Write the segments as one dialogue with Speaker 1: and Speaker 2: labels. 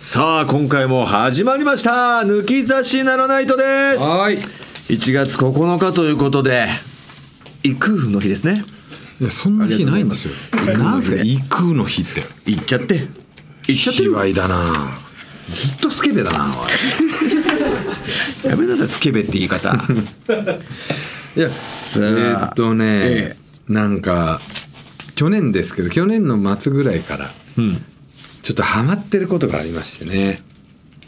Speaker 1: さあ今回も始まりました抜き差しならないとです
Speaker 2: はい。
Speaker 1: 1月9日ということで異空腹の日ですね
Speaker 2: いや、そんな日ないんです
Speaker 1: あり
Speaker 2: よ。
Speaker 1: がとうございます
Speaker 2: なん異空の日って。
Speaker 1: 行っちゃって行っちゃって
Speaker 2: 卑
Speaker 1: る
Speaker 2: 猥だな。
Speaker 1: ずっとスケベだなおいやめなさいスケベって言い方
Speaker 2: いや、え
Speaker 1: あ
Speaker 2: ーっとね、
Speaker 1: え
Speaker 2: なんか去年ですけど、去年の末ぐらいから、
Speaker 1: ん
Speaker 2: ちょっとハマってることがありましてね。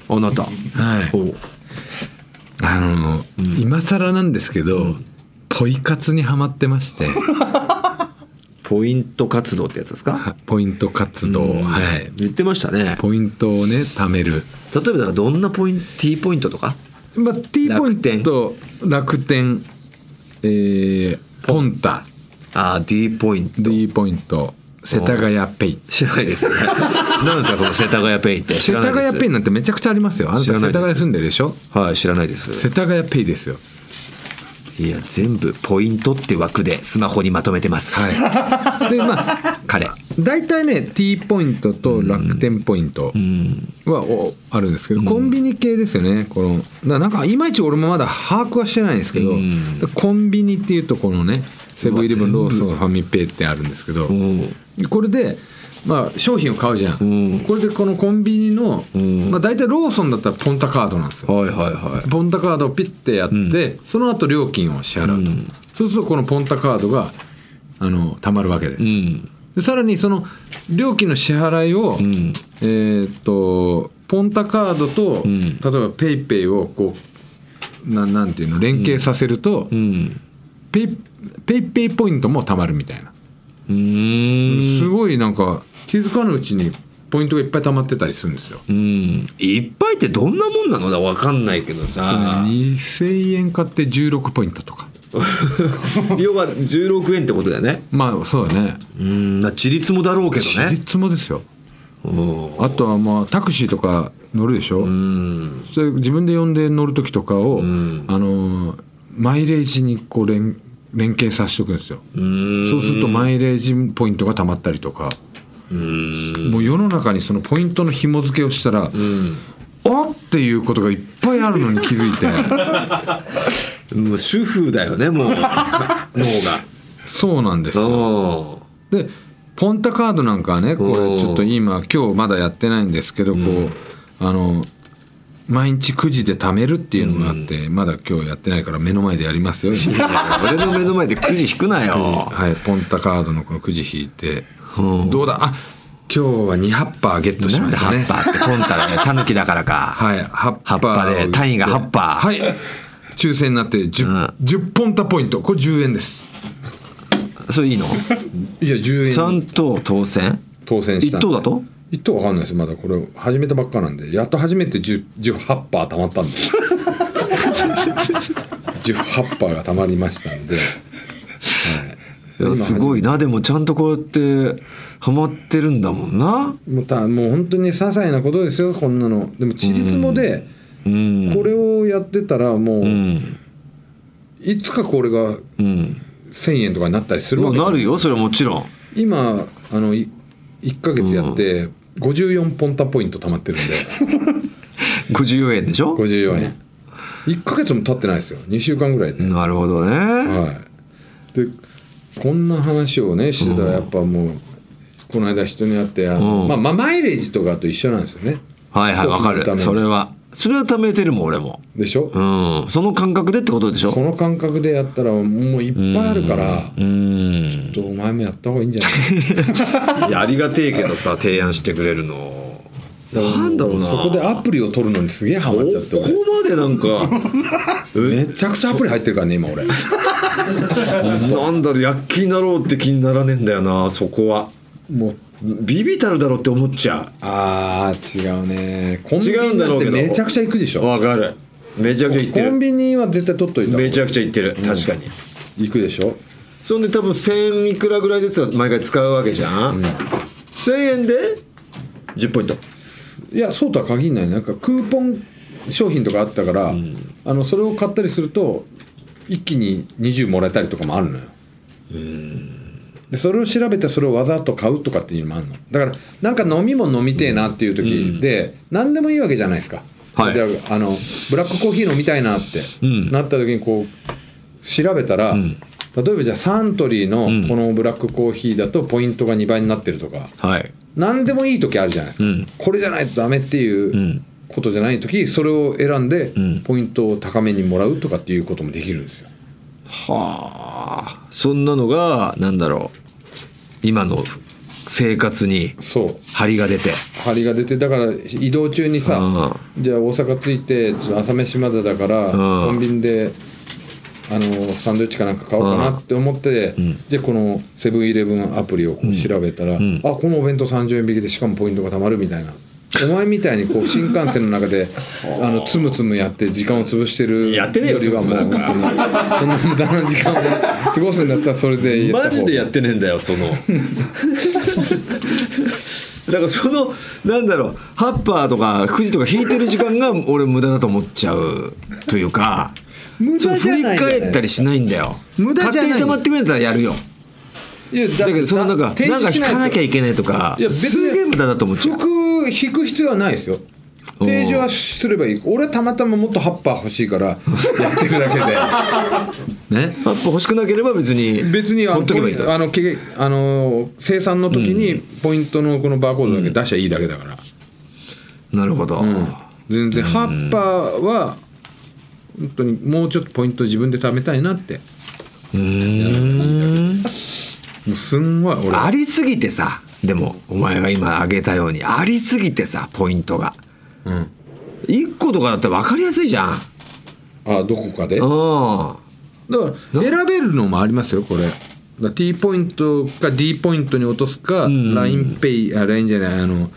Speaker 1: あなた
Speaker 2: はい
Speaker 1: お
Speaker 2: あの、今更なんですけど、ポイ活にハマってま して、
Speaker 1: ポイント活動ってやつですか
Speaker 2: ポイント活動、はい。
Speaker 1: 言ってましたね
Speaker 2: ポイントをね貯める。
Speaker 1: 例えばだからどんなポイント T ポイントとか
Speaker 2: まあ、T ポイント楽天えーポンタ
Speaker 1: あー D ポイント
Speaker 2: D ポイント世田谷ペイ
Speaker 1: 知らない ですね何ですかその世田谷ペイって知
Speaker 2: 世
Speaker 1: らな
Speaker 2: 田
Speaker 1: いです
Speaker 2: 谷ペイなんてめちゃくちゃありますよあなた
Speaker 1: 知ら
Speaker 2: 世
Speaker 1: ない
Speaker 2: 田
Speaker 1: です
Speaker 2: 谷住んでるでしょ
Speaker 1: はい知らないです
Speaker 2: 世田谷ペイですよ
Speaker 1: いや全部ポイントって枠でスマホにまとめてます、
Speaker 2: はいでまあ
Speaker 1: 彼
Speaker 2: 大体ね T ポイントと楽天ポイント
Speaker 1: うん
Speaker 2: はおあるんですけどコンビニ系ですよねこのだなんかいまいち俺もまだ把握はしてないんですけど
Speaker 1: うん
Speaker 2: コンビニっていうとこのねセブンイレブンローソンファミペイってあるんですけど
Speaker 1: うん
Speaker 2: これで、まあ、商品を買うじゃん、
Speaker 1: うん
Speaker 2: これでこのコンビニの、
Speaker 1: うん
Speaker 2: まあ、大体ローソンだったらポンタカードなんですよ、
Speaker 1: はいはいは
Speaker 2: ポンタカードをピッてやって、その後料金を支払うと、
Speaker 1: うん
Speaker 2: そうするとこのポンタカードがあの貯まるわけです、
Speaker 1: うん
Speaker 2: でさらにその料金の支払いを、
Speaker 1: ん
Speaker 2: えーっとポンタカードと、
Speaker 1: ん
Speaker 2: 例えばペイペイをこうななんていうの連携させると、
Speaker 1: うん
Speaker 2: ペイペイペイポイントも貯まるみたいな
Speaker 1: うーん
Speaker 2: すごいなんか気づかぬうちにポイントがいっぱい溜まってたりするんですよ。
Speaker 1: うんいっぱいってどんなもんなのだわかんないけどさ
Speaker 2: 2000円買って16ポイントとか。
Speaker 1: 要は16円ってことだよね
Speaker 2: まあそうだね。
Speaker 1: うんまあ自立もだろうけど
Speaker 2: 私
Speaker 1: ね
Speaker 2: 立もですよ。
Speaker 1: うん
Speaker 2: あとはまあタクシーとか乗るでしょ。
Speaker 1: うん
Speaker 2: それ自分で呼んで乗る時とかを、
Speaker 1: ん
Speaker 2: あのーマイレージにこう連連携させておくんですよ。
Speaker 1: うん
Speaker 2: そうするとマイレージポイントが溜まったりとか、
Speaker 1: うん
Speaker 2: もう世の中にそのポイントの紐付けをしたら、
Speaker 1: うん
Speaker 2: あっていうことがいっぱいあるのに気づいて。
Speaker 1: もう主婦だよね もう脳が
Speaker 2: そうなんですよ
Speaker 1: うん
Speaker 2: でポンタカードなんかはねこ
Speaker 1: おー
Speaker 2: れちょっと今今日まだやってないんですけどこう、あの毎日9時で貯めるっていうのがあって、まだ今日やってないから目の前でやります よ今
Speaker 1: 俺の目の前でくじ引くなよ
Speaker 2: はいポンタカードのこの9時引いてどうだあ今日は2ハッパーゲットし
Speaker 1: なん
Speaker 2: ま
Speaker 1: で
Speaker 2: し
Speaker 1: 葉
Speaker 2: たね
Speaker 1: っぱってポンタがねタヌキだからか
Speaker 2: はいハッパ
Speaker 1: 葉っぱで単位が葉っぱ
Speaker 2: はい抽選になって 10,、
Speaker 1: う
Speaker 2: 10ポンタポイントこれ10円です
Speaker 1: それいいの
Speaker 2: いや10円
Speaker 1: 3等当選
Speaker 2: 当選した
Speaker 1: 1等だと
Speaker 2: 一等わかんないですまだこれ始めたばっかなんでやっと初めて10 18パーたまったんで 18パーがたまりましたんで、
Speaker 1: いや
Speaker 2: 今
Speaker 1: すごいなでもちゃんとこうやってハマってるんだもんな
Speaker 2: もうたもう本当に些細なことですよこんなのでもちりつもで
Speaker 1: うん
Speaker 2: これをやってたらもう、
Speaker 1: うん
Speaker 2: いつかこれが
Speaker 1: うん
Speaker 2: 1,000円とかになったりする
Speaker 1: も
Speaker 2: わ
Speaker 1: う
Speaker 2: け
Speaker 1: なるよそれはもちろん
Speaker 2: 今あのい1ヶ月やって54ポンタポイントたまってるんで
Speaker 1: 54円でしょ
Speaker 2: 54円1ヶ月も経ってないですよ2週間ぐらいで。
Speaker 1: なるほどね
Speaker 2: はい、でこんな話をねしてたらやっぱもう、この間人に会ってあの、
Speaker 1: うん
Speaker 2: まあ、まあマイレージとかと一緒なんですよね
Speaker 1: はいはいわか
Speaker 2: こう
Speaker 1: る
Speaker 2: いうために
Speaker 1: それはそれは貯めてるもん俺も
Speaker 2: でしょ、
Speaker 1: うんその感覚でってことでし
Speaker 2: そ
Speaker 1: ょ
Speaker 2: の感覚でやったらもういっぱいあるから、
Speaker 1: うん
Speaker 2: ちょっとお前もやった方がいいんじゃない
Speaker 1: いやありがてえけどさ提案してくれるのなんだろうな
Speaker 2: そこでアプリを取るのにすげえハマっちゃって
Speaker 1: そこ
Speaker 2: 俺
Speaker 1: までなんか
Speaker 2: めちゃくちゃアプリ入ってるからね今俺
Speaker 1: なんだろう躍起になろうって気にならねえんだよなそこは
Speaker 2: もう
Speaker 1: ビビたるだろうって思っちゃ
Speaker 2: あー違うねコンビ
Speaker 1: 違うん
Speaker 2: ニ
Speaker 1: だ
Speaker 2: だ
Speaker 1: ろ
Speaker 2: っ
Speaker 1: うけ
Speaker 2: て
Speaker 1: ど
Speaker 2: めちゃくちゃ行くでし
Speaker 1: う
Speaker 2: ょ
Speaker 1: わかるめちゃくちゃ言っ
Speaker 2: コ
Speaker 1: て
Speaker 2: ン
Speaker 1: る
Speaker 2: ビニは絶対取っといた方が
Speaker 1: めちゃくちゃ言ってる確かに、
Speaker 2: 行くでしょ
Speaker 1: そんで多分1000いくらぐらいずつは毎回使うわけじゃん、1000円で10ポイント
Speaker 2: いやそうとは限らないなんかクーポン商品とかあったから、あのそれを買ったりすると一気に20もらえたりとかもあるのよでそれを調べてそれをわざと買うとかっていうのもあるのだからなんか飲みも飲みてえなっていう時で、何でもいいわけじゃないですか、
Speaker 1: はい
Speaker 2: じゃああのブラックコーヒー飲みたいなって、
Speaker 1: ん
Speaker 2: なった時にこう調べたら、例えばじゃあサントリーのこのブラックコーヒーだとポイントが2倍になってるとか、
Speaker 1: はい
Speaker 2: 何でもいい時あるじゃないですか、
Speaker 1: うん
Speaker 2: これじゃないとダメっていううことじゃない時それを選んでポイントを高めにもらうとかっていうこともできるんですよ
Speaker 1: はあそんなのがなんだろう今の生活に
Speaker 2: そう
Speaker 1: 張りが出て
Speaker 2: 張りが出てだから移動中にさじゃあ大阪着いてちょっと朝飯まだだからコンビニであのサンドイッチかなんか買おうかなって思って、じゃあこのセブンイレブンアプリをこう調べたら、あこのお弁当30円引きでしかもポイントがたまるみたいな。お前みたいにこう新幹線の 中であのつむつむやって時間を潰してる
Speaker 1: やってねえよ
Speaker 2: りはもう
Speaker 1: つむ
Speaker 2: 本
Speaker 1: つ
Speaker 2: 当
Speaker 1: む
Speaker 2: にそんな無駄な時間を過ごすんだったらそれで
Speaker 1: マジでや
Speaker 2: っ
Speaker 1: ってねえんだよそ のだからそのなんだろうハッパーとかくじとか弾いてる時間が俺無駄だと思っちゃうというか
Speaker 2: 無
Speaker 1: その
Speaker 2: 駄じ
Speaker 1: 振
Speaker 2: ゃ
Speaker 1: り
Speaker 2: ないじゃないですか
Speaker 1: 返ったりしないんだよ
Speaker 2: 無駄じゃない
Speaker 1: 勝手に溜まってくれたらやるよ
Speaker 2: いやだ
Speaker 1: だけどそのなんかなんか引かなきゃいけないとか
Speaker 2: いや別に
Speaker 1: すげえ無駄だと思っちゃう
Speaker 2: 服引く必要はないですよ
Speaker 1: うん
Speaker 2: 提示はすればいい俺はたまたまもっと葉っぱ欲し いからやっていくだけで
Speaker 1: ねハッパー欲しくなければ別に
Speaker 2: 別にあ
Speaker 1: ほ
Speaker 2: の
Speaker 1: っとけばいいと
Speaker 2: ポイントあのけあの生産の時にポイントのこのバーコードだけ出しゃいいだけだから、
Speaker 1: なるほど、
Speaker 2: 全然葉っぱは本当にもうちょっとポイント自分で貯めたいなってもうすんごい俺
Speaker 1: ありすぎてさでもお前が今挙げたようにありすぎてさポイントが
Speaker 2: うん
Speaker 1: 1個とかだったら分かりやすいじゃん
Speaker 2: あどこかで
Speaker 1: うん
Speaker 2: だから選べるのもありますよこれだから T ポイントか D ポイントに落とすか l i n e イあ LINE じゃないあの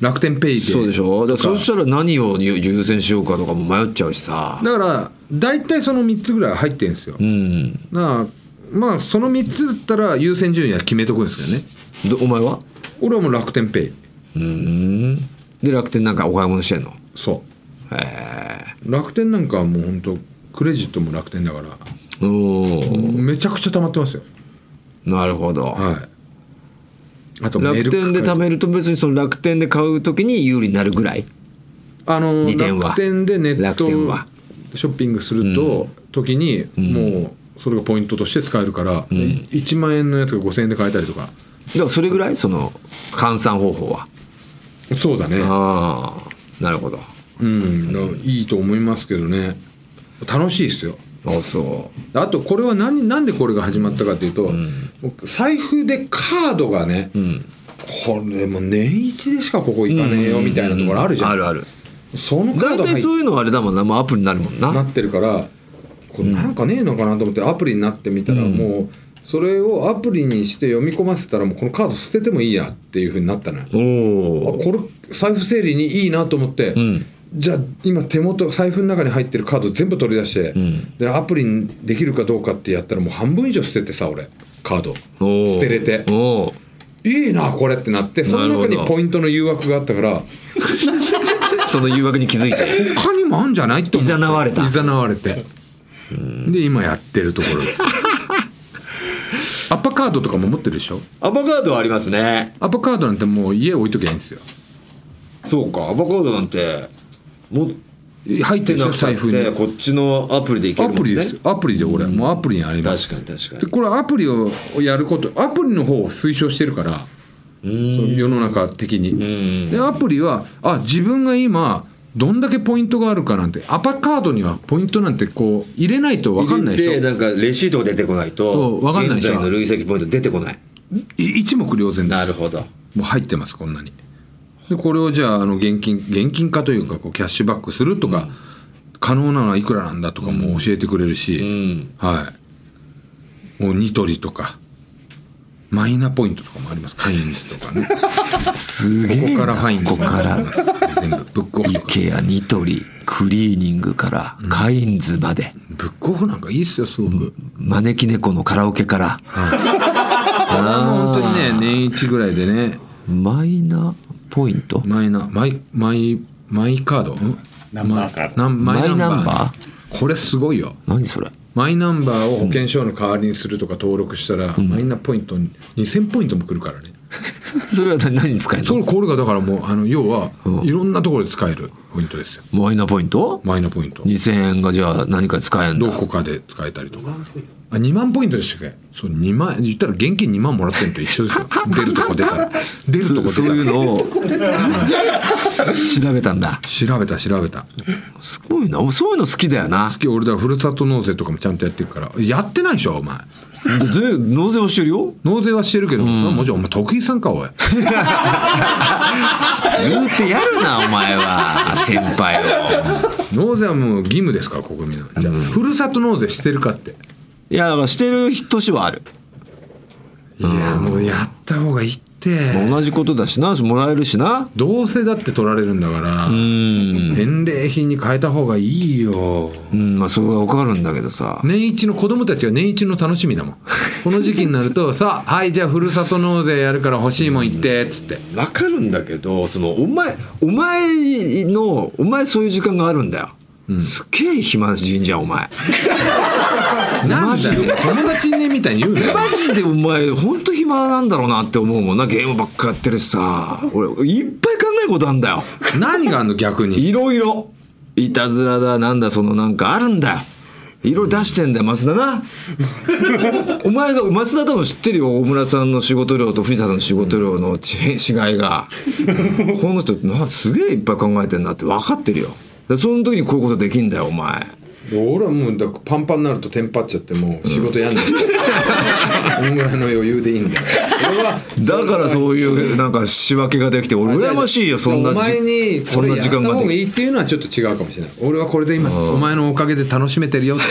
Speaker 2: 楽天ペイで
Speaker 1: そうでしょだからそしたら何を優先しようかとかも迷っちゃうしさ
Speaker 2: だから大体その3つぐらい入ってるんですよ、
Speaker 1: うん
Speaker 2: なあまあその3つだったら優先順位は決めとくんですけどね
Speaker 1: でお前は
Speaker 2: 俺はもう楽天ペイ
Speaker 1: うんで楽天なんかお買い物してんの
Speaker 2: そ
Speaker 1: へ
Speaker 2: う楽天なんかはもう本当クレジットも楽天だから
Speaker 1: えおお
Speaker 2: めちゃくちゃ溜まってますよ
Speaker 1: なるほど
Speaker 2: はいあとメ
Speaker 1: 楽
Speaker 2: ール
Speaker 1: 天で貯めると別にその楽天で買うときに有利になるぐらい
Speaker 2: あの
Speaker 1: 二点は
Speaker 2: 楽天でネッ
Speaker 1: 楽
Speaker 2: ト
Speaker 1: 天は
Speaker 2: ショッピングすると、時にもうそれがポイントとして使えるから、1万円のやつが5,000円で買えたりとか
Speaker 1: だからそれぐらいその換算方法は
Speaker 2: そうだね
Speaker 1: ああなるほど
Speaker 2: うんだからいいと思いますけどね楽しいですよ
Speaker 1: あそ
Speaker 2: あとこれは何なんでこれが始まったかというと、僕財布でカードがね、これもう年一でしかここ行かねえよみたいなところあるじゃん、
Speaker 1: あるある
Speaker 2: そのカー
Speaker 1: 大
Speaker 2: ド入っ
Speaker 1: 体そういうのはあれだもんなもうアプリになるもんな
Speaker 2: なってるからこれなんかねえのかなと思ってアプリになってみたらもうそれをアプリにして読み込ませたらもうこのカード捨ててもいいやっていうふうになったのよ。あ
Speaker 1: おお
Speaker 2: これ財布整理にいいなと思って、
Speaker 1: ん
Speaker 2: じゃあ今手元財布の中に入ってるカード全部取り出して、
Speaker 1: ん
Speaker 2: でアプリにできるかどうかってやったらもう半分以上捨ててさ俺カード
Speaker 1: お
Speaker 2: 捨てれて
Speaker 1: おお
Speaker 2: いいなこれってなってその中
Speaker 1: なる
Speaker 2: に
Speaker 1: ほど
Speaker 2: ポイントの誘惑があったから
Speaker 1: その誘惑に気づいて
Speaker 2: 他にもあんじゃないって思って
Speaker 1: 誘われた
Speaker 2: 誘われてで今やってるとこ ろですアッパーカードとかも持ってるでしょ
Speaker 1: アバカードはありますね
Speaker 2: アッパーカードなんてもう家置いときゃいいんですよ
Speaker 1: そうかアバカードなんて持っ
Speaker 2: 入っ
Speaker 1: て
Speaker 2: てるで
Speaker 1: な
Speaker 2: しょ
Speaker 1: くた
Speaker 2: 財
Speaker 1: っ
Speaker 2: 布に
Speaker 1: てこっちのアプリでいけ
Speaker 2: ア
Speaker 1: るも
Speaker 2: プ
Speaker 1: ん
Speaker 2: リで
Speaker 1: ね
Speaker 2: すよアプリで俺もうアプリにあります
Speaker 1: 確かに確か
Speaker 2: で
Speaker 1: に
Speaker 2: これアプリをやることアプリの方を推奨してるからその世の中的にでアプリはあ自分が今どんだけポイントがあるかなんてアパカードにはポイントなんてこう入れないと分かんないでしょ
Speaker 1: でなんかレシートが出てこない
Speaker 2: そう
Speaker 1: と
Speaker 2: わかんないでしょ
Speaker 1: 現在の累積ポイント出てこない
Speaker 2: い一目瞭然です
Speaker 1: なるほど
Speaker 2: もう入ってますこんなにでこれをじゃああの現金現金化というかこうキャッシュバックするとか、可能なのはいくらなんだとかも教えてくれるし、はいもうニトリとかマイナポイントとかもありますカインズとかねこ
Speaker 1: す
Speaker 2: こからファイン
Speaker 1: ここから
Speaker 2: 全部ブックオフとか
Speaker 1: IKEA ニトリクリーニングからカインズまで、
Speaker 2: ブックオフなんかいいっすよすごく、
Speaker 1: 招き猫のカラオケから
Speaker 2: あれはもう本当にね年一ぐらいでね
Speaker 1: マイナポイント
Speaker 2: マイナマイマイマイカードん
Speaker 3: ナンバーカード
Speaker 2: マ
Speaker 1: マ
Speaker 2: イナンバー
Speaker 1: イナンバ
Speaker 2: これすごいよ
Speaker 1: 何それ
Speaker 2: まマイナンバーを保険証の代わりにするとか登録したら、マイナポイントに2000ポイントもくるからね
Speaker 1: それは何何に使える
Speaker 2: そ
Speaker 1: の
Speaker 2: れこれがだからもうあの要は、いろんなところで使えるポイントですよ
Speaker 1: マイナポイント
Speaker 2: マイナポイント
Speaker 1: ?2000 円がじゃあ何か使えん
Speaker 2: ど
Speaker 1: だ
Speaker 2: こかで使えたりとかあ2万ポイントでしたっけそう2万言ったら現金2万もらってるのと一緒 ですよ出るとこ出たら出るとこ出たら
Speaker 1: そういうのを 調べたんだ
Speaker 2: 調べた調べた
Speaker 1: すごいなそういうの好きだよな
Speaker 2: 今日俺だからふるさと納税とかもちゃんとやってるからやってないでしょお前
Speaker 1: で納税をしてるよ
Speaker 2: 納税はしてるけど、それはもちろんお前得意さんかおい
Speaker 1: 言うてやるなお前は先輩を
Speaker 2: 納税はもう義務ですから国民のじゃあ、ふるさと納税してるかって
Speaker 1: いやだからしてる年はある
Speaker 2: いやもうやった方がいいって
Speaker 1: 同じことだしなもらえるしな
Speaker 2: どうせだって取られるんだから
Speaker 1: うん
Speaker 2: 返礼品に変えた方がいいよ
Speaker 1: うんまあそれはわかるんだけどさ
Speaker 2: 年一の子供たちが年一の楽しみ だもんこの時期になるとさあはいじゃあふるさと納税やるから欲しいもん言ってっつって
Speaker 1: わかるんだけどそのお前お前のお前そういう時間があるんだよ、すっげえ暇人じゃんお前
Speaker 2: な
Speaker 1: マ
Speaker 2: んだ
Speaker 1: ジ
Speaker 2: よ
Speaker 1: で
Speaker 2: 友達ねみたいに言うなよ
Speaker 1: マジでお前ほんと暇なんだろうなって思うもんなゲームばっかやってるしさ俺いっぱい考えることあんだよ
Speaker 2: 何があんの逆に
Speaker 1: いろいろいたずらだなんだそのなんかあるんだよいろいろ出してんだよ増田 なお前が増田多分知ってるよ大村さんの仕事量と藤田さんの仕事量の違違い がこの人なすげえいっぱい考えてんなって分かってるよでその時にこういうことできんだよお前
Speaker 2: 俺はもうだからパンパンになるとテンパっちゃってもう仕事やんない このぐらいの余裕でいいんだよ俺は
Speaker 1: だからそういうなんか仕分けができて俺羨ましいよそんな
Speaker 2: お
Speaker 1: じ
Speaker 2: 前に
Speaker 1: そ
Speaker 2: そ
Speaker 1: ん
Speaker 2: ん
Speaker 1: な
Speaker 2: な
Speaker 1: 時
Speaker 2: 時
Speaker 1: 間
Speaker 2: 間
Speaker 1: が
Speaker 2: が
Speaker 1: で
Speaker 2: い
Speaker 1: きて
Speaker 2: いっていうのはちょっと違うかもしれない俺はこれで今お前のおかげで楽しめてるよって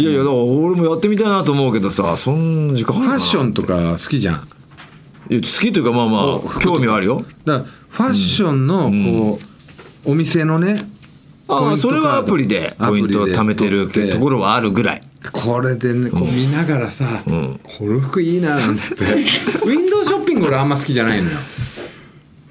Speaker 1: いやいやだから俺もやってみたいなと思うけどさそんな時間ある
Speaker 2: フ
Speaker 1: か
Speaker 2: ァ
Speaker 1: な
Speaker 2: ッションとか好きじゃん
Speaker 1: いや好きというかまあまあ興味はあるよ
Speaker 2: だからファッションのこう、お店のね
Speaker 1: ああそれはアプリでポイントを貯めてるとこ
Speaker 2: ろ
Speaker 1: ろはあるぐらい
Speaker 2: これでねこう見ながらさ、この服いいな なんてウィンドウショッピング俺あんま好きじゃないのよ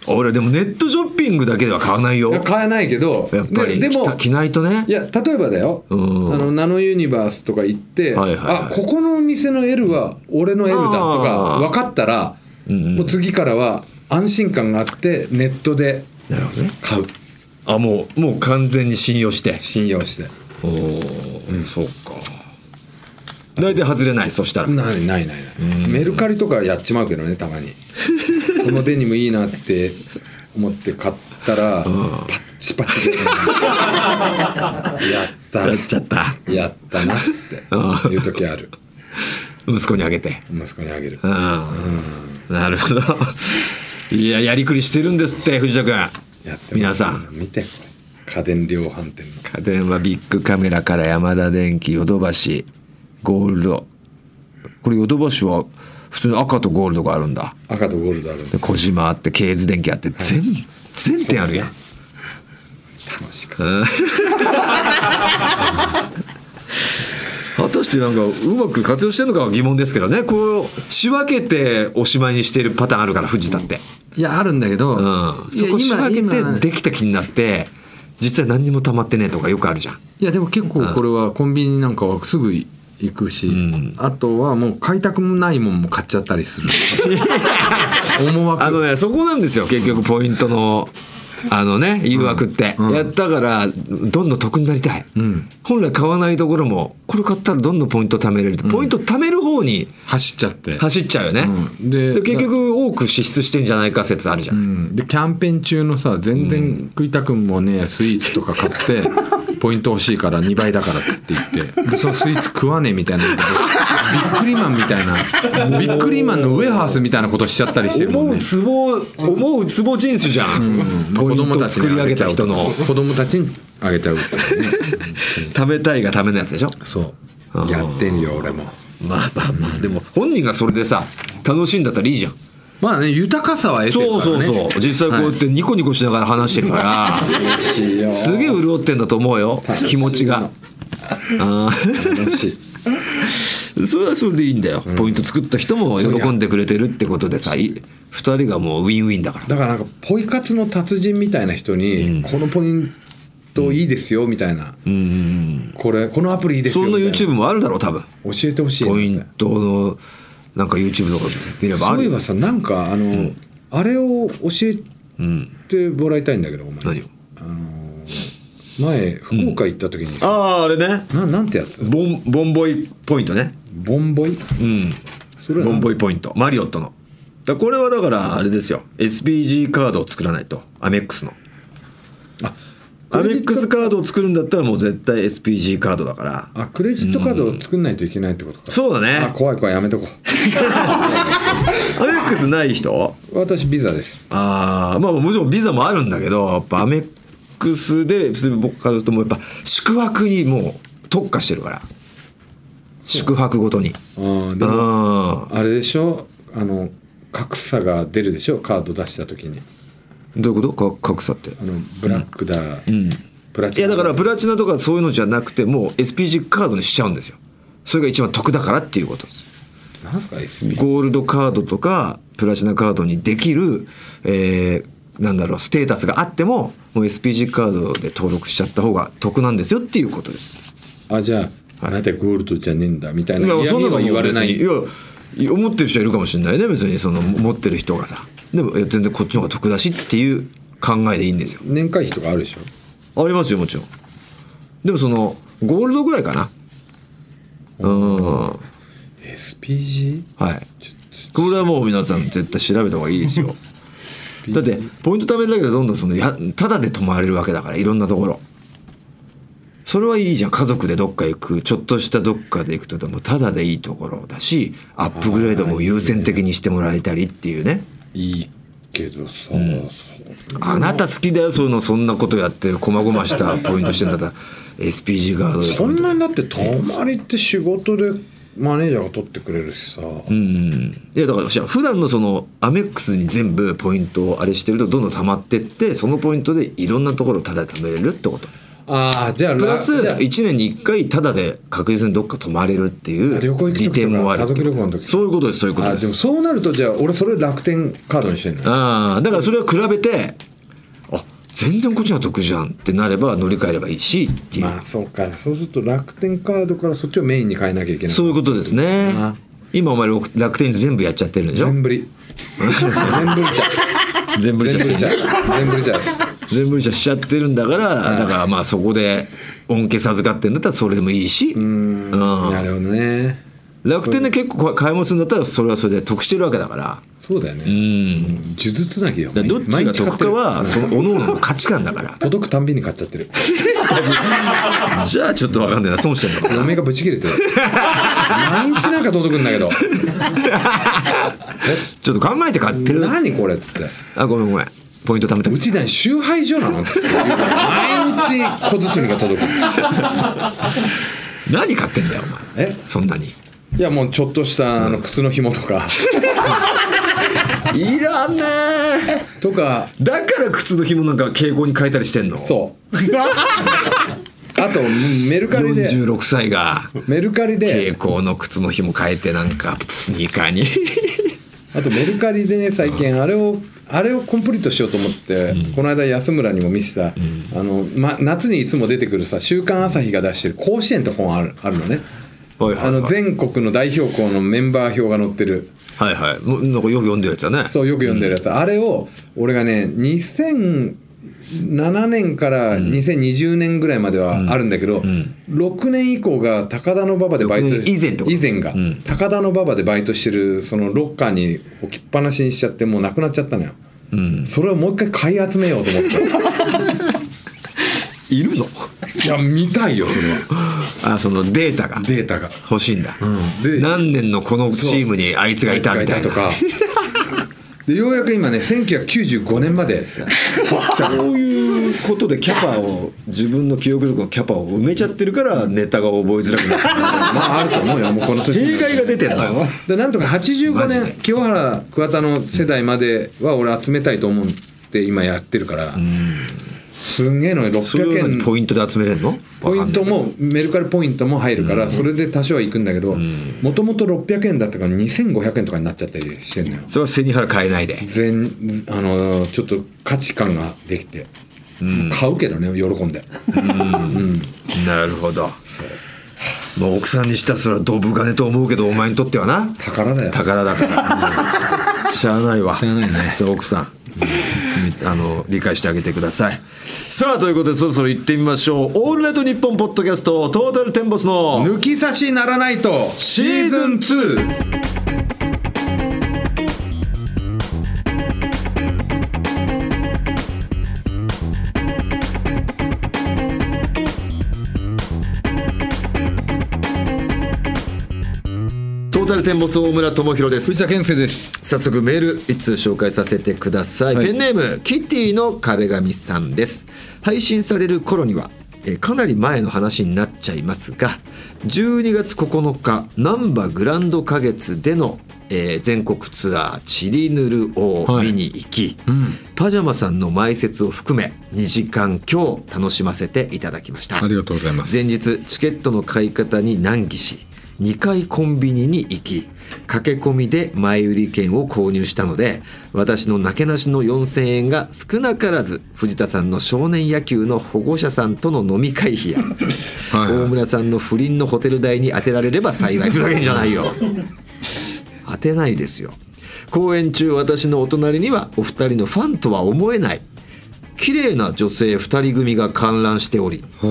Speaker 1: 俺でもネットショッピングだけでは買わないよや
Speaker 2: 買えないけど
Speaker 1: っぱり
Speaker 2: で
Speaker 1: 着
Speaker 2: でも
Speaker 1: た着ないとね
Speaker 2: いや例えばだよ、
Speaker 1: うん
Speaker 2: あのナノユニバースとか行って、
Speaker 1: はいはいはい
Speaker 2: あここのお店の L は俺の L だと
Speaker 1: あ
Speaker 2: か
Speaker 1: ー
Speaker 2: 分かったら、もう次からは安心感があってネットで
Speaker 1: なるほどね
Speaker 2: 買う
Speaker 1: あもうもう完全に信用して
Speaker 2: 信用して
Speaker 1: おお、そうか大体外れないそしたら
Speaker 2: ないないないないメルカリとかやっちまうけどね たまにこのデニムいいなって思って買ったら、パッチパチ でやった
Speaker 1: やっちゃった
Speaker 2: やったなっていう時ある
Speaker 1: 息子にあげて
Speaker 2: 息子にあげる
Speaker 1: うん、なるほどいややりくりしてるんですって藤田君
Speaker 2: やってます
Speaker 1: 皆さん
Speaker 2: 見てこれ家電量販店の
Speaker 1: 家電はビッグカメラから山田電機ヨドバシゴールドこれヨドバシは普通に赤とゴールドがあるんだ
Speaker 2: 赤とゴールドあるんで
Speaker 1: で小島あってケーズ電機あって全、全店あるやん
Speaker 2: 楽しく
Speaker 1: 果たしてなんかうまく活用してるのかは疑問ですけどねこう仕分けておしまいにしてるパターンあるから藤田って、
Speaker 2: いやあるんだけど、
Speaker 1: うん、
Speaker 2: い
Speaker 1: そ
Speaker 2: や
Speaker 1: こ仕
Speaker 2: 今
Speaker 1: 分け
Speaker 2: 今
Speaker 1: てできた気になって実際何にも溜まってねえとかよくあるじゃん
Speaker 2: いやでも結構これはコンビニなんかはすぐ行くし、あとはもう買いたくもないもんも買っちゃったりす る思
Speaker 1: あ
Speaker 2: 惑
Speaker 1: のねそこなんですよ結局ポイントのあのね誘惑って、やったからどんどん得になりたい、
Speaker 2: ん
Speaker 1: 本来買わないところもこれ買ったらどんどんポイント貯めれるって、ポイント貯める方に
Speaker 2: 走っちゃって、
Speaker 1: 走っちゃうよね、
Speaker 2: うん
Speaker 1: で
Speaker 2: で
Speaker 1: 結局多く支出してんじゃないか説あるじゃん、
Speaker 2: うん、でキャンペーン中のさ全然食いたくもねえスイーツとか買 って、ポイント欲しいから2倍だからって言ってでそのスイーツ食わねえみたいなビックリマンみたいなビックリマンのウェハースみたいなことしちゃったりしてるもん
Speaker 1: 思
Speaker 2: ね
Speaker 1: うツボ思うツボ人種じゃん、ポイントを作り上げた人の
Speaker 2: 子供たちにあげちゃうっていうね
Speaker 1: 貯めたいがためのやつでしょ
Speaker 2: そうやってんよ俺も
Speaker 1: まあまあまあでも本人がそれでさ楽しいんだったらいいじゃん
Speaker 2: まあね豊かさは得てるから
Speaker 1: そう
Speaker 2: ね
Speaker 1: そうそう実際こうやってニコニコしながら話してるから、
Speaker 2: しいよ
Speaker 1: すげえ潤ってんだと思うよ気持ち があ
Speaker 2: 楽しい
Speaker 1: ー それはそれでいいんだよ、ポイント作った人も喜んでくれてるってことでさい二人がもうウィンウィンだから
Speaker 2: だからなんかポイ活の達人みたいな人に、このポインといいですよみたいな、これこのアプリいいです
Speaker 1: そ
Speaker 2: よ
Speaker 1: んな
Speaker 2: みたい
Speaker 1: YouTube もあるだろう多分
Speaker 2: な教えてほしいな
Speaker 1: ポイントのなんか YouTube とか見ればあ
Speaker 2: そう
Speaker 1: る
Speaker 2: いえ
Speaker 1: よ
Speaker 2: ばさなんかあの、あれを教えてもらいたいんだけどお前
Speaker 1: 何を
Speaker 2: あの前福岡行った時に、
Speaker 1: あああれね
Speaker 2: ななんてやつ
Speaker 1: ボンボンボイポイントね
Speaker 2: ボンボイ
Speaker 1: うん
Speaker 2: それは
Speaker 1: ボ
Speaker 2: 何
Speaker 1: ンボイポイントマリオットのだこれはだからあれですよ SPG カードを作らないとアメックスの
Speaker 2: あ
Speaker 1: ア
Speaker 2: ク
Speaker 1: メ
Speaker 2: レジ
Speaker 1: ッ
Speaker 2: ット
Speaker 1: クスカードを作るんだったらもう絶対 SPG カードだから
Speaker 2: あクレジットカードを作んないといけないってことか、
Speaker 1: そうだ
Speaker 2: あ
Speaker 1: ね
Speaker 2: 怖い怖いやめとこ
Speaker 1: アメックスない人
Speaker 2: う私ビザです
Speaker 1: ああまあもちろんビザもあるんだけどやっぱアメックスで僕からするともうやっぱ宿泊にもう特化してるから宿泊ごとに
Speaker 2: あーでも
Speaker 1: ああ
Speaker 2: あれでしょあの格差が出るでしょカード出した時に
Speaker 1: どういうことか格差って
Speaker 2: あのブラックだ、プラ
Speaker 1: い
Speaker 2: チ
Speaker 1: や
Speaker 2: ナ
Speaker 1: だからプラチナとかそういうのじゃなくてもう SPG カードにしちゃうんですよそれが一番得だからっていうことです
Speaker 2: なんすか SB
Speaker 1: ゴールドカードとかプラチナカードにできる、えーなんだろうステータスがあってももう SPG カードで登録しちゃった方が得なんですよっていうことです
Speaker 2: あじゃああなたゴールドじゃねえんだみたいな嫌
Speaker 1: そん
Speaker 2: 味
Speaker 1: なの
Speaker 2: は言われない
Speaker 1: 別にいや思ってる人いるかもしれないね別にその持ってる人がさでもいや全然こっちの方が得だしっていう考えでいいんですよ
Speaker 2: 年会費とかあるでしょ
Speaker 1: ありますよもちろんでもそのゴールドぐらいかなうんは
Speaker 2: SPG?
Speaker 1: いこれはもう皆さん絶対調べた方がいいですよだってポイント貯めるだけでどんどんそのやただで泊まれるわけだからいろんなところそれはいいじゃん家族でどっか行くちょっとしたどっかで行くとでもただでいいところだしアップグレードも優先的にしてもらえたりっていうね
Speaker 2: いいけどさ、そう
Speaker 1: あなた好きだよそういうのそんなことやって細々したポイントしてんだったら SPG ガードで
Speaker 2: そんなにだって泊まりって仕事でマネージャーが取ってくれるしさ、
Speaker 1: うんいやだからじゃあ普段のそのアメックスに全部ポイントをあれしてるとどんどん溜まってってそのポイントでいろんなところをタダで貯めれるってこと
Speaker 2: ああじゃあ
Speaker 1: プラス
Speaker 2: じゃあ
Speaker 1: 1年に1回タダで確実にどっか泊まれるっていう
Speaker 2: 旅行行く時
Speaker 1: 利
Speaker 2: とか
Speaker 1: 点もあるってこと
Speaker 2: 家族旅行の時
Speaker 1: そういうことですそういうこと
Speaker 2: あ
Speaker 1: で
Speaker 2: ですもそうなるとじゃあ俺それ楽天カードにしてんの
Speaker 1: ああだからそれを比べてあ全然こっちの方が得じゃんってなれば乗り換えればいいしっていう、
Speaker 2: まあそうかそうすると楽天カードからそっちをメインに変えなきゃいけない
Speaker 1: そういうことですね
Speaker 2: あ
Speaker 1: 今お前楽楽天全部やっちゃってるんでしょ
Speaker 2: 全 振り全振り茶
Speaker 1: 全部
Speaker 2: 全振り茶全振り茶です
Speaker 1: 全部無茶しちゃってるんだから、だからまあそこで恩恵授かってんだったらそれでもいいし、
Speaker 2: うんなるほどね
Speaker 1: 楽天で結構買い物するんだったらそれはそれで得してるわけだから
Speaker 2: そうだよね
Speaker 1: うん
Speaker 2: 呪術つなぎよ
Speaker 1: だからどっちが得かはその各々の価値観だか
Speaker 2: 届くたんびに買っちゃってる
Speaker 1: らじゃあちょっとわかんないな損してんの かな
Speaker 2: 嫁がブチ切れてる毎日なんか届くんだ けど
Speaker 1: ちょっと考えて買ってる
Speaker 2: 何これっつって
Speaker 1: あごめんごめんポイント貯めた
Speaker 2: うち何集配所なのって言うから毎日小包が届く
Speaker 1: 何買ってんだよお前
Speaker 2: え
Speaker 1: そんなに
Speaker 2: いやもうちょっとしたあの靴の紐 とか
Speaker 1: いらねえ
Speaker 2: とか
Speaker 1: だから靴の紐なんか傾向に変えたりしてんの
Speaker 2: そ うあとメルカリで
Speaker 1: 46歳が
Speaker 2: メルカリで
Speaker 1: 蛍光の靴の紐変えてなんかスニーカー に
Speaker 2: あとメルカリでね最近あれをあれをコンプリートしようと思って、この間安村にも見せた、あのま、夏にいつも出てくるさ「週刊朝日」が出してる甲子園って本あるあるのね
Speaker 1: はいはいはい
Speaker 2: あの全国の代表校のメンバー表が載ってる
Speaker 1: はいはいもうなんかよく読んでるやつだね
Speaker 2: そうよく読んでるやつ、あれを俺がね2007年から2020年ぐらいまではあるんだけど、6年以降が高田の馬場でバイト
Speaker 1: 6年以前ってこと
Speaker 2: 以前が、高田の馬場でバイトしてるそのロッカーに置きっぱなしにしちゃってもうなくなっちゃったのよ、それをもう一回買い集めようと思って
Speaker 1: いるの
Speaker 2: いや見たいよそれは
Speaker 1: あそのデータが
Speaker 2: データが
Speaker 1: 欲しいんだ、
Speaker 2: で
Speaker 1: 何年のこのチームにあいつがいたみたいな
Speaker 2: とかでようやく今ね1995年までです
Speaker 1: そういうことでキャパを自分の記憶力のキャパを埋めちゃってるからネタが覚えづらくな る
Speaker 2: まああると思うよもうこの年
Speaker 1: 弊害が出てんのよ
Speaker 2: でなんとか85
Speaker 1: マジ
Speaker 2: 年清原桑田の世代までは俺集めたいと思って今やってるからすんげえのよ
Speaker 1: それを
Speaker 2: 600
Speaker 1: 何
Speaker 2: 円
Speaker 1: ポイントで集めれるの
Speaker 2: ポイント
Speaker 1: わかんない
Speaker 2: もメルカリポイントも入るからそれで多少は行くんだけどもともと600円だったから2500円とかになっちゃったりしてんのよ
Speaker 1: それは背に腹変えないで
Speaker 2: 全あのちょっと価値観ができて買うけどね喜んで
Speaker 1: なるほどまあ奥さんにしたらそれはドブ金と思うけどお前にとってはな
Speaker 2: 宝だよ
Speaker 1: 宝だ から、しゃあないわ
Speaker 2: しゃあないね
Speaker 1: そう奥さんうんあの理解してあげてくださいさあということでそろそろ行ってみましょう「オールナイトニッポン」ポッドキャストトータルテンボスの
Speaker 2: 抜き差しならないと
Speaker 1: シーズン2トータルテンボス大村智広です
Speaker 2: 藤田健介です
Speaker 1: 早速メール一通紹介させてください、
Speaker 2: はい
Speaker 1: ペンネームキティの壁紙さんです配信される頃にはえーかなり前の話になっちゃいますが12月9日難波グランド花月での、えー全国ツアー「ちりぬる」を見に行き、パジャマさんの前説を含め2時間今日楽しませていただきました
Speaker 2: ありがとうございます
Speaker 1: 前日チケットの買い方に難儀し2回コンビニに行き駆け込みで前売り券を購入したので私のなけなしの4,000円が少なからず藤田さんの少年野球の保護者さんとの飲み会費 や
Speaker 2: はい
Speaker 1: 大村さんの不倫のホテル代に当てられれば幸いふざけんじゃないよ当てないですよ公演中私のお隣にはお二人のファンとは思えない綺麗な女性二人組が観覧しており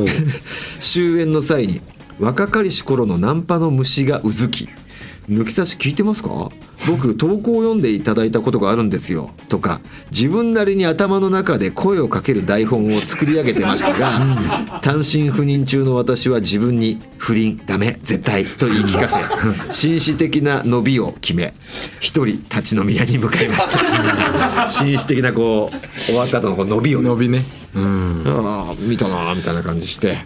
Speaker 1: 終演の際に若かりし頃のナンパの虫がうずき「抜き差し聞いてますか僕投稿を読んでいただいたことがあるんですよ」とか自分なりに頭の中で声をかける台本を作り上げてましたが単身赴任中の私は自分に「不倫ダメ絶対」と言い聞かせ紳士的な伸びを決め一人立ち飲み屋に向かいました紳士的なこう終わった後のこう伸びをね
Speaker 2: 伸びねうん
Speaker 1: ああ見たなーみたいな感じして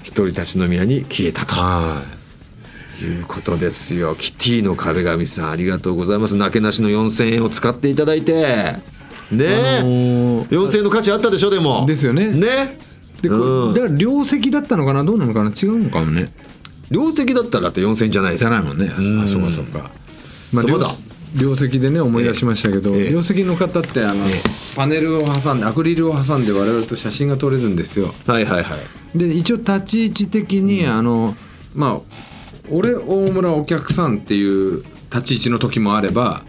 Speaker 1: 一人立ち飲み屋に消えたと
Speaker 2: は
Speaker 1: いうことですよキティの壁紙さんありがとうございますなけなしの4,000円を使っていただいてねえ、
Speaker 2: あのー
Speaker 1: 4,000円の価値あったでしょでも
Speaker 2: ですよね
Speaker 1: ね
Speaker 2: いでこ
Speaker 1: うん
Speaker 2: だから両席だったのかなどうなのかな違うのかもね
Speaker 1: 両席だったらだって4,000円じゃないです
Speaker 2: じゃ
Speaker 1: か
Speaker 2: ないもんね
Speaker 1: ん
Speaker 2: あそうかそうかまあ
Speaker 1: そう
Speaker 2: 両
Speaker 1: だ
Speaker 2: 両席でね思い出しましたけど、
Speaker 1: ええ
Speaker 2: 両席の方ってあの、パネルを挟んでアクリルを挟んで我々と写真が撮れるんですよ
Speaker 1: はいはいはい
Speaker 2: で一応立ち位置的に、あのまあ俺大村お客さんっていう立ち位置の時もあれば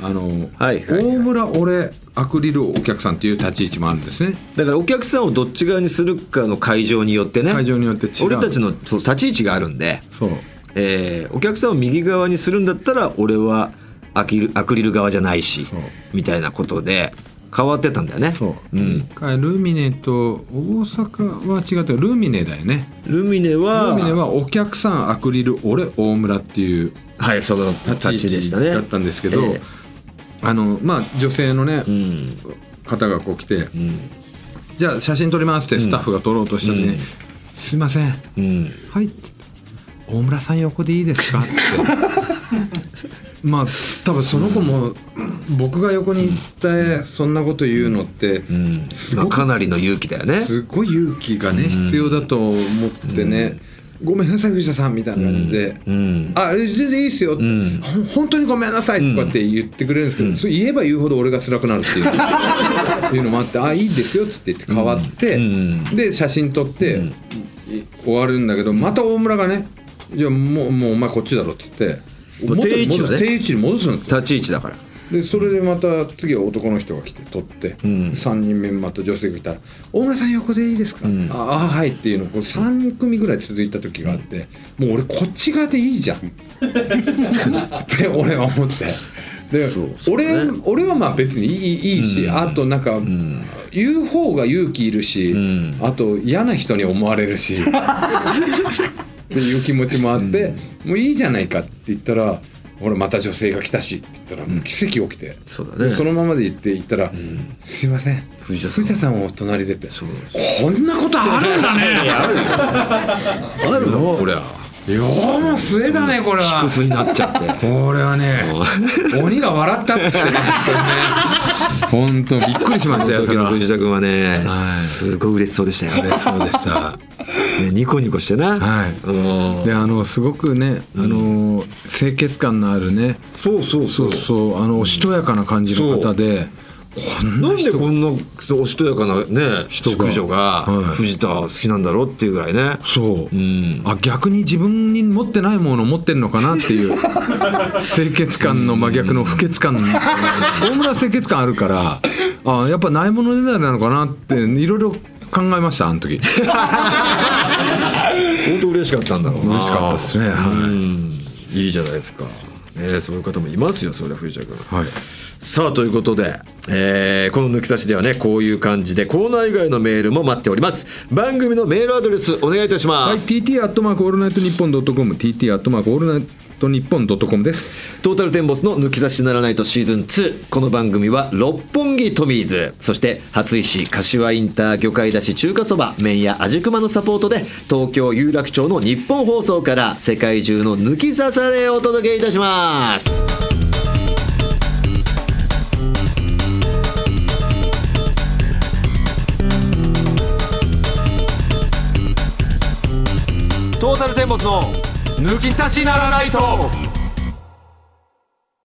Speaker 2: あの、
Speaker 1: はいはいはい
Speaker 2: 大村俺アクリルお客さんっていう立ち位置もあるんですね
Speaker 1: だからお客さんをどっち側にするかの会場によってね
Speaker 2: 会場によって違う
Speaker 1: 俺たちのそう立ち位置があるんで
Speaker 2: そう
Speaker 1: えーお客さんを右側にするんだったら俺はアキルアクリル側じゃないし
Speaker 2: そう
Speaker 1: みたいなことで変わってたんだよね
Speaker 2: そう、
Speaker 1: ん、
Speaker 2: 一回ルミネと大阪は違ってルミネだよね
Speaker 1: ルミネは
Speaker 2: ルミネはお客さんアクリル俺大村っていう
Speaker 1: はいその
Speaker 2: 立
Speaker 1: 立
Speaker 2: ち
Speaker 1: ち
Speaker 2: 位
Speaker 1: 位
Speaker 2: 置
Speaker 1: 置でしたね
Speaker 2: だったんですけど、
Speaker 1: ええ
Speaker 2: あのまあ女性のね、
Speaker 1: うん
Speaker 2: 方がこう来て、じゃあ写真撮りますってスタッフが撮ろうとした時に、すいません、
Speaker 1: うん
Speaker 2: はいっつって大村さん横でいいですかって まあ多分その子も僕が横に行ってそんなこと言うのって、す
Speaker 1: まあ
Speaker 2: ごく
Speaker 1: かなりの勇気だよね
Speaker 2: すごい勇気がね必要だと思ってね、ごめんなさい藤田さんみたいな感じで、
Speaker 1: うん
Speaker 2: あ全然いいっすよ、
Speaker 1: ん
Speaker 2: ほん本当にごめんなさいとかって言ってくれるんですけど、それ言えば言うほど俺が辛くなるっていういうのもあってあいいですよっつって言って変わって、
Speaker 1: うん
Speaker 2: で写真撮って、い終わるんだけどまた大村がね「いやもうもうお前こっちだろ」っつって
Speaker 1: もう
Speaker 2: 元に
Speaker 1: 定位置
Speaker 2: 戻
Speaker 1: は
Speaker 2: す
Speaker 1: ね
Speaker 2: 定位置に戻すんですよ
Speaker 1: 立ち位置だから
Speaker 2: でそれでまた次は男の人が来て撮って、
Speaker 1: ん
Speaker 2: 3人目また女性が来たら「大村さん横でいいですかああはい」っていうのこう3組ぐらい続いた時があって、もう俺こっち側でいいじゃんって俺は思ってで
Speaker 1: そうそうね
Speaker 2: 俺俺はまあ別にいいいいし、あとなんか、言う方が勇気いるし、
Speaker 1: ん
Speaker 2: あと嫌な人に思われ るし。っていう気持ちもあって、もういいじゃないかって言ったら俺また女性が来たしって言ったらもう奇跡起きて、
Speaker 1: そうだね
Speaker 2: そのままで言って行ったら「すいません
Speaker 1: 藤田さん
Speaker 2: さんをお隣で」って
Speaker 1: そう
Speaker 2: こんなことあるんだ ね
Speaker 1: あるのそりゃ
Speaker 2: 世の末だねこれ
Speaker 1: 卑
Speaker 2: は
Speaker 1: 屈になっ ちゃって
Speaker 2: これはね 鬼が笑ったっつってね本当にね本当びっくりしましたよそ
Speaker 1: 時
Speaker 2: れ
Speaker 1: の
Speaker 2: は
Speaker 1: 藤田君はねすごい嬉しそうでしたよね
Speaker 2: 嬉しそうでした
Speaker 1: ニコニコしてな
Speaker 2: はい
Speaker 1: うん
Speaker 2: であのすごくねあの清潔感のあるね
Speaker 1: そうそう
Speaker 2: そうそうあのおしとやかな感じの方で、
Speaker 1: なんでこんなそうおしとやかなね
Speaker 2: 人が
Speaker 1: 淑女が
Speaker 2: はい
Speaker 1: 藤田好きなんだろうっていうぐらいね
Speaker 2: そう、
Speaker 1: ん
Speaker 2: あ逆に自分に持ってないものを持ってるのかなっていう清潔感の真逆の不潔感大村は清潔感あるからあやっぱないものねだりなのかなっていろいろ考えましたあの時
Speaker 1: 相当嬉しかったんだろうな
Speaker 2: 嬉しかったですね
Speaker 1: う
Speaker 2: は
Speaker 1: んいいじゃないですかねそういう方もいますよそれは藤田君
Speaker 2: い、はい、
Speaker 1: さあということで、えーこの抜き差しではねこういう感じでコーナー以外のメールも待っております番組のメールアドレスお願いいたし
Speaker 2: はい、
Speaker 1: ます、
Speaker 2: TT アットマークオールナイトニッポンドットコム TT アットマークオールナイトニッポンドットコムです
Speaker 1: トータルテンボスの抜き差しならないとシーズン2この番組は六本木トミーズそして初石柏インター魚介だし中華そば麺屋味熊のサポートで東京有楽町の日本放送から世界中の抜き差されをお届けいたしますトータルテンボスの抜き差しならないと